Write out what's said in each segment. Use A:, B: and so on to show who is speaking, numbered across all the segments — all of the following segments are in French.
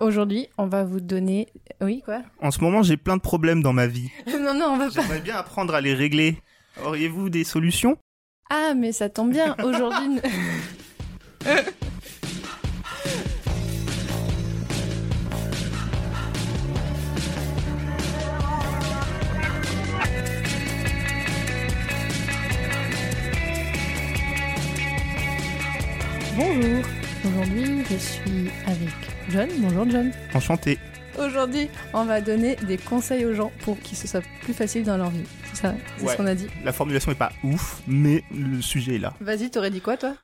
A: Aujourd'hui, on va vous donner... Oui, quoi
B: En ce moment, j'ai plein de problèmes dans ma vie.
A: Non, non, on va pas...
B: J'aimerais bien apprendre à les régler. Auriez-vous des solutions
A: Ah, mais ça tombe bien, aujourd'hui... Bonjour, aujourd'hui je suis avec John. Bonjour John.
B: Enchanté.
A: Aujourd'hui, on va donner des conseils aux gens pour qu'ils se soient plus faciles dans leur vie. C'est ça, c'est
B: Ouais.
A: ce qu'on a dit.
B: La formulation est pas ouf, mais le sujet est là.
A: Vas-y, t'aurais dit quoi toi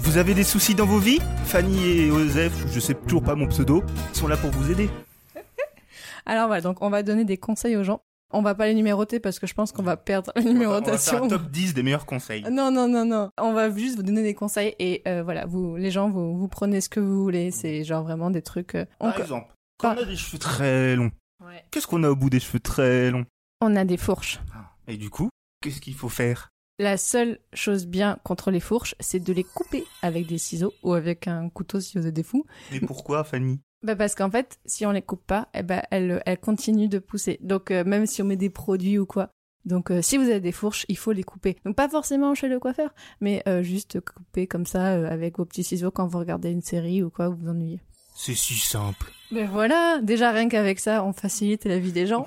B: Vous avez des soucis dans vos vies Fanny et Joseph, je sais toujours pas mon pseudo, sont là pour vous aider.
A: Alors voilà, donc on va donner des conseils aux gens. On va pas les numéroter parce que je pense qu'on va perdre la
B: On va
A: numérotation.
B: faire un top 10 des meilleurs conseils.
A: Non, non, non, non. On va juste vous donner des conseils et euh, voilà, vous, les gens, vous, vous prenez ce que vous voulez. C'est genre vraiment des trucs. euh, on,
B: Par exemple, quand on a des cheveux très longs,
A: Ouais.
B: qu'est-ce qu'on a au bout des cheveux très longs
A: on a des fourches.
B: Ah, Et du coup, qu'est-ce qu'il faut faire
A: La seule chose bien contre les fourches, c'est de les couper avec des ciseaux ou avec un couteau si vous êtes des fous.
B: Mais pourquoi, Fanny
A: Bah parce qu'en fait, si on les coupe pas, eh ben elles, elles continuent de pousser. Donc euh, même si on met des produits ou quoi. Donc euh, si vous avez des fourches, il faut les couper. Donc pas forcément chez le coiffeur, mais euh, juste couper comme ça euh, avec vos petits ciseaux quand vous regardez une série ou quoi, vous vous ennuyez.
B: C'est si simple.
A: Mais voilà, déjà rien qu'avec ça, on facilite la vie des gens.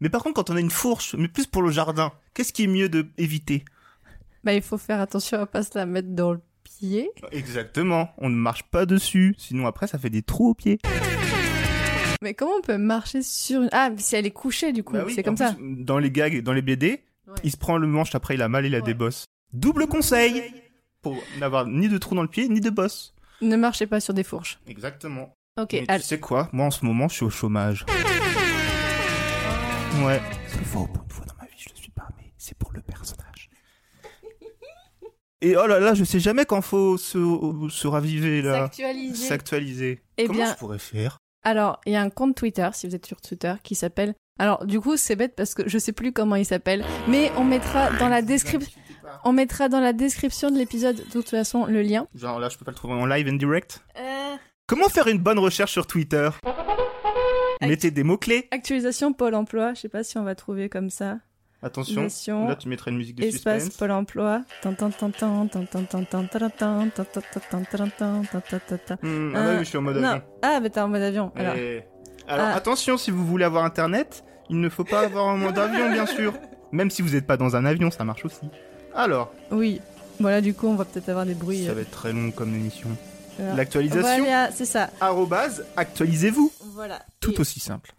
B: Mais par contre, quand on a une fourche, mais plus pour le jardin, qu'est-ce qui est mieux de éviter
A: Bah il faut faire attention à pas se la mettre dans le pied.
B: Exactement, on ne marche pas dessus, sinon après ça fait des trous aux pieds.
A: Mais comment on peut marcher sur une... Ah, si elle est couchée du coup,
B: Bah oui,
A: c'est
B: en
A: comme
B: plus,
A: ça.
B: Dans les gags, dans les BD,
A: Ouais.
B: il se prend le manche, après il a mal, il a
A: Ouais.
B: des bosses. Double conseil Pour n'avoir ni de trou dans le pied, ni de bosse.
A: Ne marchez pas sur des fourches.
B: Exactement.
A: Ok,
B: Mais
A: alors-
B: tu sais quoi Moi en ce moment, je suis au chômage. Ouais. C'est faux, pour une fois dans ma vie, je le suis pas, mais c'est pour le personnage. Et oh là là, je sais jamais quand faut se, se raviver là.
A: S'actualiser.
B: S'actualiser.
A: Eh
B: Comment
A: bien-
B: je pourrais faire
A: Alors, il y a un compte Twitter, si vous êtes sur Twitter, qui s'appelle... Alors, du coup, c'est bête parce que je sais plus comment il s'appelle, mais on mettra dans la description... On mettra dans la description de l'épisode, de toute façon, le lien.
B: Genre là, je peux pas le trouver en live and direct. Comment faire une bonne recherche sur Twitter Mettez des mots-clés.
A: Actualisation Pôle Emploi, je sais pas si on va trouver comme ça.
B: Attention,
A: Nation,
B: là tu mettrais une musique de
A: Espace
B: suspense.
A: Pôle Emploi. Tan, tan, tan, tan, tan, tan, tan, tan, tan, tan, tan, tan, tan, tan, tan, tan, tan, tan, tan.
B: Hmm, ah bah
A: Euh,
B: oui, je suis en mode
A: Non.
B: avion.
A: Ah, mais t'es en mode avion. Alors,
B: Eh. Alors,
A: Ah.
B: attention, si vous voulez avoir internet, il ne faut pas avoir un mode avion, bien sûr. Même si vous n'êtes pas dans un avion, ça marche aussi. Alors,
A: oui. Voilà, du coup, on va peut-être avoir des bruits.
B: ça va être très long comme émission.
A: euh,
B: L'actualisation,
A: Voilà, c'est ça.
B: arrobase, actualisez-vous.
A: Voilà.
B: Tout aussi simple.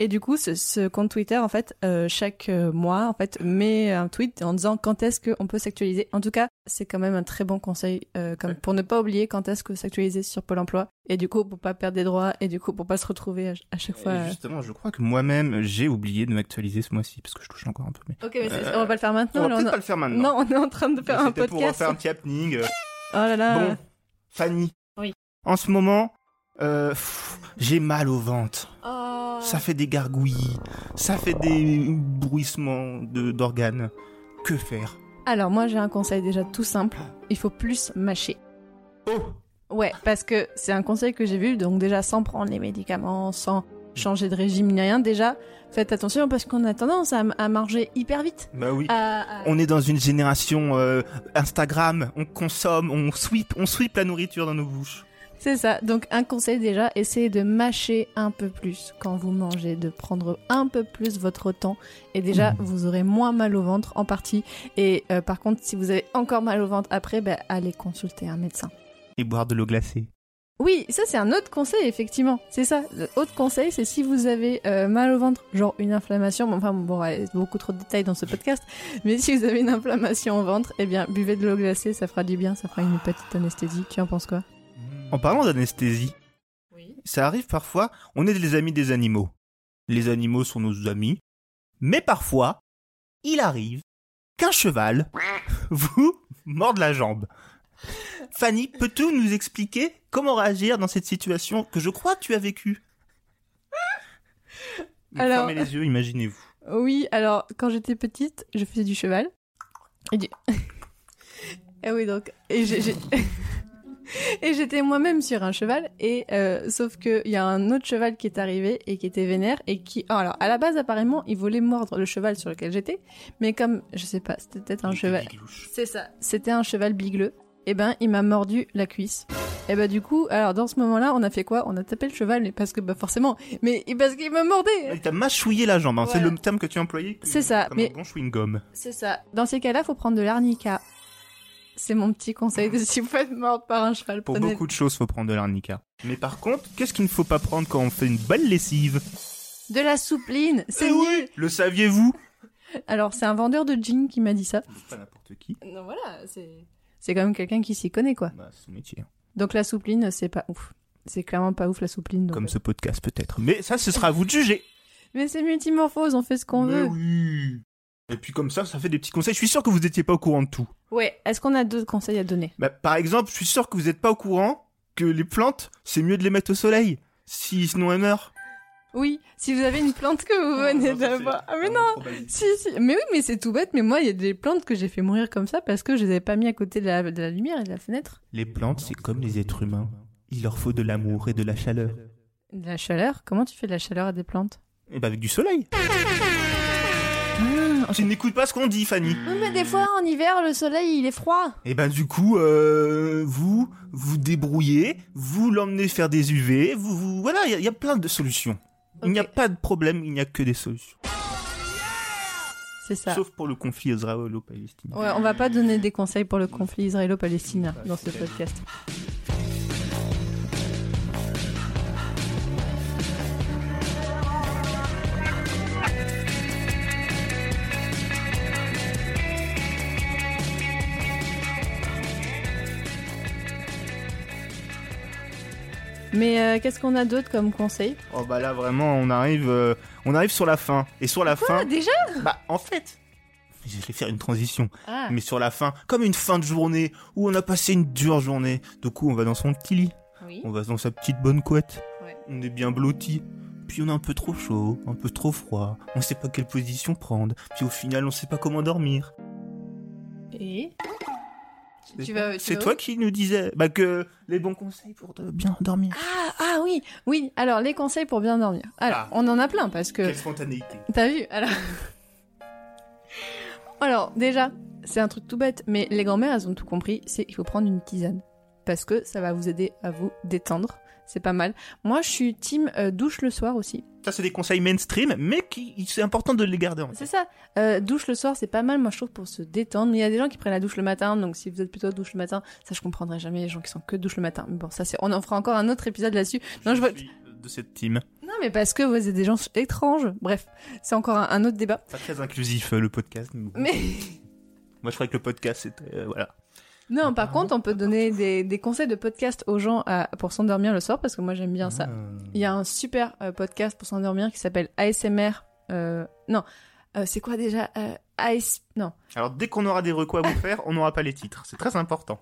A: Et du coup, ce, ce compte Twitter, en fait, euh, chaque euh, mois, en fait, met un tweet en disant quand est-ce qu'on peut s'actualiser. En tout cas, c'est quand même un très bon conseil euh, comme pour ne pas oublier quand est-ce que s'actualiser sur Pôle Emploi. Et du coup, pour pas perdre des droits et du coup, pour pas se retrouver à, à chaque fois. euh,
B: Et justement, je crois que moi-même, j'ai oublié de m'actualiser ce mois-ci, parce que je touche encore un peu. Mais...
A: Ok, mais
B: c'est-
A: on va pas le faire
B: euh, On
A: maintenant.
B: va peut-être pas le faire maintenant.
A: non, on est en train de faire un
B: C'était pour
A: podcast.
B: faire un petit happening. euh,
A: Oh là là.
B: Bon, Fanny.
A: Oui.
B: En ce moment, euh, pff, j'ai mal au ventre.
A: Oh.
B: Ça fait des gargouilles. Ça fait des bruissements de- d'organes. Que faire
A: Alors moi, j'ai un conseil déjà tout simple. Il faut plus mâcher.
B: Oh
A: Ouais, parce que c'est un conseil que j'ai vu, donc déjà sans prendre les médicaments, sans changer de régime ni rien, déjà faites attention parce qu'on a tendance à, à manger hyper vite.
B: Bah oui.
A: À- à-
B: On est dans une génération euh, Instagram. On consomme, on sweep, on sweep la nourriture dans nos bouches.
A: C'est ça, donc un conseil déjà, essayez de mâcher un peu plus quand vous mangez, de prendre un peu plus votre temps et déjà vous aurez moins mal au ventre en partie. Et euh, par contre, si vous avez encore mal au ventre après, ben, allez consulter un médecin.
B: Et boire de l'eau glacée.
A: Oui, ça c'est un autre conseil, effectivement. C'est ça. Le autre conseil, c'est si vous avez euh, mal au ventre, genre une inflammation, bon, enfin bon, ouais, beaucoup trop de détails dans ce podcast, mais si vous avez une inflammation au ventre, eh bien buvez de l'eau glacée, ça fera du bien, ça fera une petite anesthésie. Tu en penses quoi
B: Mm. En parlant d'anesthésie,
A: Oui.
B: ça arrive parfois, on est les amis des animaux. Les animaux sont nos amis. Mais parfois, il arrive qu'un cheval vous morde la jambe. Fanny, peux-tu nous expliquer comment réagir dans cette situation que je crois tu as vécue Vous
A: Alors-
B: Fermez les yeux, imaginez-vous.
A: Oui, alors quand j'étais petite, je faisais du cheval. Et du... Eh oui, donc. Et j'ai- j'ai- et j'étais moi-même sur un cheval, et euh, sauf qu'il y a un autre cheval qui est arrivé et qui était vénère, et qui. oh, alors, à la base, apparemment, il voulait mordre le cheval sur lequel j'étais, mais comme, je sais pas, c'était peut-être un cheval. C'est ça. C'était un cheval bigleux. Et ben, il m'a mordu la cuisse. Et ben, du coup, alors, dans ce moment-là, on a fait quoi On a tapé le cheval, mais parce que, bah, forcément, mais parce qu'il me mordait
B: Il t'a mâchouillé la jambe, hein, c'est
A: Voilà.
B: le terme que tu as employé.
A: C'est ça,
B: Comme
A: mais-
B: un bon chewing-gum.
A: C'est ça. Dans ces cas-là, faut prendre de l'arnica. C'est mon petit conseil de si vous faites mordre par un cheval.
B: Pour
A: prenez-
B: beaucoup de choses, faut prendre de l'arnica. Mais par contre, qu'est-ce qu'il ne faut pas prendre quand on fait une bonne lessive
A: De la soupline, c'est
B: Eh oui,
A: nul.
B: Le saviez-vous
A: Alors, c'est un vendeur de jeans qui m'a dit ça.
B: Pas n'importe qui.
A: Non, voilà, c'est... C'est quand même quelqu'un qui s'y connaît, quoi.
B: Bah, c'est son métier.
A: Donc la soupline, c'est pas ouf. C'est clairement pas ouf, la soupline. donc,
B: Comme
A: euh.
B: ce podcast, peut-être. Mais ça, ce sera à vous de juger.
A: Mais c'est multimorphose, on fait ce qu'on
B: Mais
A: veut.
B: oui. Et puis comme ça, ça fait des petits conseils. Je suis sûr que vous n'étiez pas au courant de tout.
A: Ouais, est-ce qu'on a d'autres conseils à donner
B: Bah, par exemple, je suis sûr que vous n'êtes pas au courant que les plantes, c'est mieux de les mettre au soleil. Si, sinon elles meurent.
A: Oui, si vous avez une plante que vous venez d'avoir... Ah mais non Si, si. Mais oui, mais c'est tout bête. Mais moi, il y a des plantes que j'ai fait mourir comme ça parce que je les avais pas mis à côté de la, de la lumière et de la fenêtre.
B: Les plantes, c'est comme les êtres humains. Il leur faut de l'amour et de la chaleur.
A: De la chaleur Comment tu fais de la chaleur à des plantes
B: Et bah avec du soleil. Tu n'écoutes pas ce qu'on dit, Fanny.
A: mais des fois, en hiver, le soleil, il est froid.
B: Et ben du coup, euh, vous vous débrouillez, vous l'emmenez faire des UV, vous, vous- voilà, il y a- il y, a plein de solutions. Il n'y a
A: Ok.
B: pas de problème, il n'y a que des solutions.
A: C'est ça.
B: Sauf pour le conflit israélo-palestinien.
A: Ouais, on va pas donner des conseils pour le conflit israélo-palestinien dans ce podcast. Mais euh, qu'est-ce qu'on a d'autre comme conseil
B: Oh bah là vraiment, on arrive, euh, on arrive sur la fin. Et sur la
A: Ah
B: fin,
A: déjà
B: bah en fait, je vais faire une transition.
A: Ah,
B: Mais sur la fin, comme une fin de journée où on a passé une dure journée, du coup on va dans son petit lit.
A: oui.
B: On va dans sa petite bonne couette.
A: Ouais.
B: On est bien blotti. Puis on est un peu trop chaud, un peu trop froid. On sait pas quelle position prendre. Puis au final, on sait pas comment dormir.
A: Et Tu vas- tu
B: C'est
A: vas
B: toi
A: où
B: qui nous disais bah, que les bons conseils pour de bien dormir.
A: Ah, ah oui, oui. Alors, les conseils pour bien dormir. Alors,
B: Ah.
A: on en a plein parce que.
B: Quelle spontanéité.
A: T'as vu Alors. Alors, déjà, c'est un truc tout bête, mais les grand-mères, elles ont tout compris c'est qu'il faut prendre une tisane. Parce que ça va vous aider à vous détendre. C'est pas mal. Moi, je suis team euh, douche le soir aussi.
B: Ça, c'est des conseils mainstream, mais qui c'est important de les garder en
A: C'est
B: tête.
A: ça. Euh, douche le soir, c'est pas mal, moi, je trouve, pour se détendre. Mais il y a des gens qui prennent la douche le matin, donc si vous êtes plutôt douche le matin, ça, je comprendrai jamais les gens qui sont que douche le matin. Mais bon, ça, c'est. On en fera encore un autre épisode là-dessus. Non, je vois.
B: suis euh, de cette team.
A: Non, mais parce que vous êtes des gens étranges. Bref, c'est encore un, un autre débat.
B: Pas très inclusif, euh, le podcast. mais bon.
A: Mais
B: Moi, je croyais que le podcast, c'était... euh, voilà.
A: non, par contre, on peut donner des, des conseils de podcast aux gens à- pour s'endormir le soir, parce que moi j'aime bien
B: Mmh.
A: ça.
B: Euh.
A: Il y a un super euh, podcast pour s'endormir qui s'appelle ASMR. euh, non, euh, c'est quoi déjà euh, AS... Non.
B: Alors, dès qu'on aura des recours à vous faire, on n'aura pas les titres. C'est très important.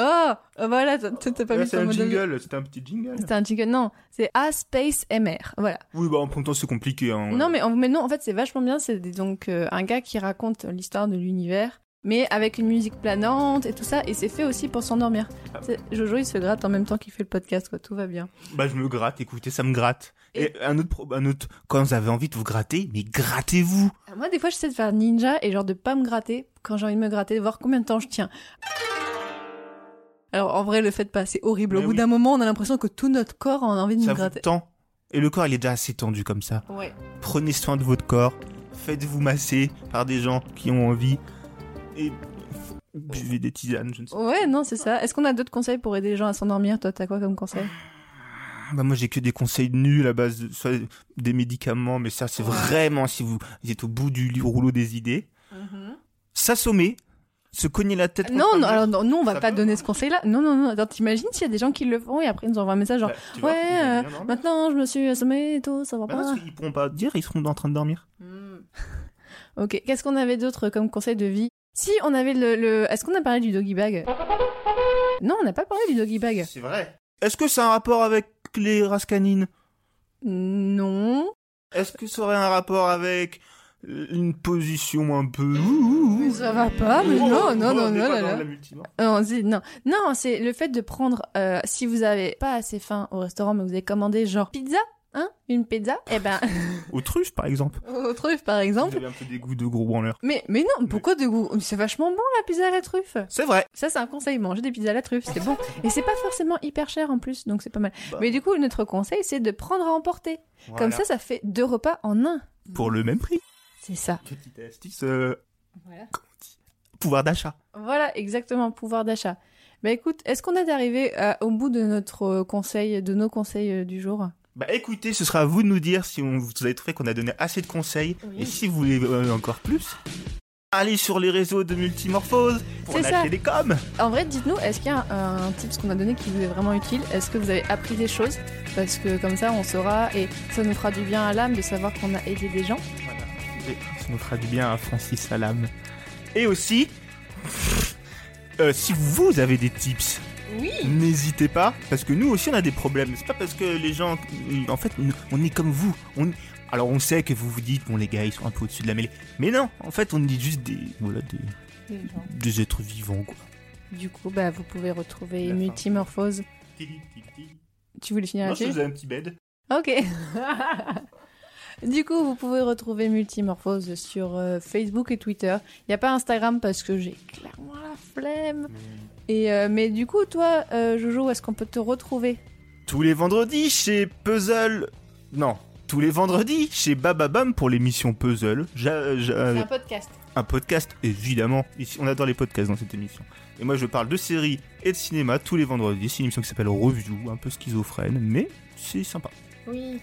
A: Oh, voilà, t'as t'as pas
B: Là,
A: vu
B: c'est
A: ça
B: un jingle, c'est un petit jingle.
A: C'était un jingle. Non, c'est A-Space-MR. Voilà.
B: Oui, bah en même temps, c'est compliqué. hein.
A: Non, mais, en- mais non, en fait, c'est vachement bien. C'est des- donc euh, un gars qui raconte l'histoire de l'univers, mais avec une musique planante et tout ça. Et c'est fait aussi pour s'endormir.
B: Ah.
A: C'est- Jojo, il se gratte en même temps qu'il fait le podcast, quoi. Tout va bien.
B: Bah, je me gratte, écoutez, ça me gratte. Et,
A: Et-
B: un, autre, pro- un autre, quand vous avez envie de vous gratter, mais grattez-vous.
A: Ah, Moi, des fois, j'essaie de faire ninja et genre de pas me gratter quand j'ai envie de me gratter, de voir combien de temps je tiens. Alors, en vrai, le fait de pas, c'est horrible. Au
B: Mais
A: bout
B: oui.
A: d'un moment, on a l'impression que tout notre corps a envie de
B: Ça
A: nous
B: vous
A: gratter.
B: tend. Et le corps, il est déjà assez tendu comme ça.
A: Ouais.
B: Prenez soin de votre corps. Faites-vous masser par des gens qui ont envie. Et buvez des tisanes, je ne sais
A: Ouais, non, c'est ça. Est-ce qu'on a d'autres conseils pour aider les gens à s'endormir Toi, t'as quoi comme conseil
B: pas. Bah, moi, j'ai que des conseils nuls à base de soit des médicaments, mais ça,
A: Mm-hmm.
B: c'est vraiment si vous, vous êtes au bout du rouleau des idées. S'assommer. se cogner la tête.
A: Non,
B: contre
A: non,
B: un mur.
A: alors non, nous, on va
B: Ça
A: pas
B: peut.
A: donner ce conseil-là. Non, non, non. Attends, t'imagines s'il y a des gens qui le font et après ils nous envoient un message genre
B: Bah, tu vois,
A: ouais,
B: ils vont
A: euh,
B: bien dormir.
A: maintenant je me suis assommé et tout, ça va
B: Bah,
A: pas. Hmm.
B: parce qu'ils pourront pas dire, ils seront en train de dormir.
A: Ok, qu'est-ce qu'on avait d'autre comme conseil de vie Si on avait le, le- est-ce qu'on a parlé du doggy bag Non, on n'a pas parlé du doggy bag.
B: C'est vrai. Est-ce que ça a un rapport avec les races canines
A: Non.
B: Est-ce que ça aurait un rapport avec une position un peu
A: Mais ça va pas. Ah, Mais non, non, non, non, là, là. Non, c'est- non, non, c'est le fait de prendre, euh, si vous avez pas assez faim au restaurant, mais vous avez commandé genre pizza, hein, une pizza, eh ben,
B: Autruche, par exemple.
A: aux truffes par exemple.
B: Vous avez un peu des goûts de gros branleurs.
A: Mais, mais non, pourquoi de goût Mais C'est vachement bon la pizza à la truffe.
B: C'est vrai.
A: Ça, c'est un conseil, manger des pizzas à la truffe, c'est bon. Et c'est pas forcément hyper cher en plus, donc c'est pas mal.
B: Bah.
A: Mais du coup, notre conseil, c'est de prendre à emporter. Comme
B: Voilà.
A: ça, ça fait deux repas en un.
B: Pour le même prix.
A: C'est ça.
B: Petite astuce, euh,
A: Voilà.
B: pouvoir d'achat.
A: exactement, pouvoir d'achat. Bah écoute, est-ce qu'on est arrivé euh, au bout de notre euh, conseil, de nos conseils euh, du jour
B: Bah écoutez, ce sera à vous de nous dire si on vous avez trouvé qu'on a donné assez de conseils.
A: Oui.
B: Et si vous voulez euh, encore plus, allez sur les réseaux de Multimorphose pour
A: C'est
B: lâcher
A: ça.
B: des coms.
A: En vrai, dites-nous, est-ce qu'il y a un, un tips qu'on a donné qui vous est vraiment utile Est-ce que vous avez appris des choses Parce que comme ça, on saura et ça nous fera du bien à l'âme de savoir qu'on a aidé des gens.
B: Voilà. Et ça nous fera du bien à Francis Salam. Et aussi, euh, si vous avez des tips,
A: Oui
B: n'hésitez pas, parce que nous aussi on a des problèmes. C'est pas parce que les gens, en fait, nous- on est comme vous. On- alors on sait que vous vous dites, bon les gars, ils sont un peu au-dessus de la mêlée. Mais non, en fait, on dit juste des, voilà, des, des êtres vivants. Quoi.
A: Du coup, bah, vous pouvez retrouver
B: La fin.
A: Multimorphose. Tu voulais finir
B: Non, je
A: là-dessus
B: faisais un petit bed.
A: Ok. du coup, vous pouvez retrouver Multimorphose sur euh, Facebook et Twitter. Il n'y a pas Instagram parce que j'ai clairement la flemme. Et, euh, mais du coup, toi, euh, Jojo, où est-ce qu'on peut te retrouver
B: Tous les vendredis chez Puzzle. Non, tous les vendredis chez Bababam pour l'émission Puzzle. J'a- j'a-
A: podcast.
B: un podcast, évidemment. Ici, on adore les podcasts dans cette émission. Et moi, je parle de séries et de cinéma tous les vendredis. C'est une émission qui s'appelle Review, un peu schizophrène, mais c'est sympa.
A: Oui.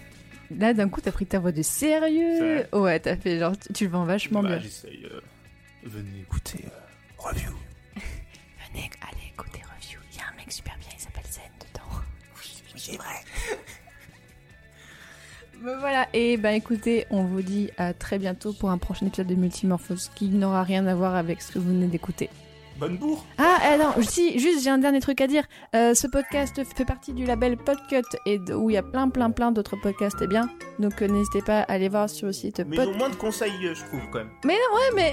A: Là, d'un coup, t'as pris ta voix de sérieux. Ouais, t'as fait genre, tu- tu le vends vachement
B: Bah,
A: bien.
B: J'essaye. euh, venez écouter euh, Review.
A: Venez, allez, écoutez Review. Il y a un mec super bien, il s'appelle Zen dedans.
B: C'est vrai.
A: Ben voilà, et ben écoutez, on vous dit à très bientôt pour un prochain épisode de Multimorphose qui n'aura rien à voir avec ce que vous venez d'écouter.
B: Bonne bourre.
A: Ah, euh, non, si, juste j'ai un dernier truc à dire. Euh, ce podcast fait partie du label Podcut et d- où il y a plein, plein, plein d'autres podcasts, eh bien. Donc euh, n'hésitez pas à aller voir sur le site
B: Mais
A: Podcut.
B: ils ont moins de conseils, euh, je trouve, quand même.
A: mais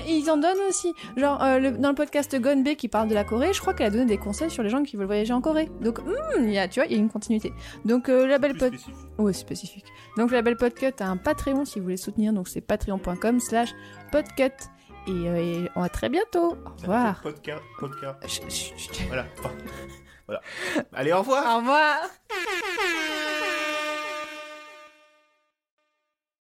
A: ils en donnent aussi. Genre, euh, le- dans le podcast Gonbe qui parle de la Corée, je crois qu'elle a donné des conseils sur les gens qui veulent voyager en Corée. Donc, hmm, il y a, tu vois, il y a une continuité. Donc, euh, la belle
B: Plus
A: pod...
B: spécifique.
A: Ouais, spécifique. Donc, la belle podcut a un Patreon si vous voulez soutenir. Donc, c'est patreon.com slash podcut. Et, euh, et on à très bientôt. Au
B: Ça s'appelle
A: revoir.
B: Podcast. Podcast.
A: Chut, chut, chut.
B: Voilà. Enfin, voilà. Allez, au
A: Au
B: revoir.
A: revoir.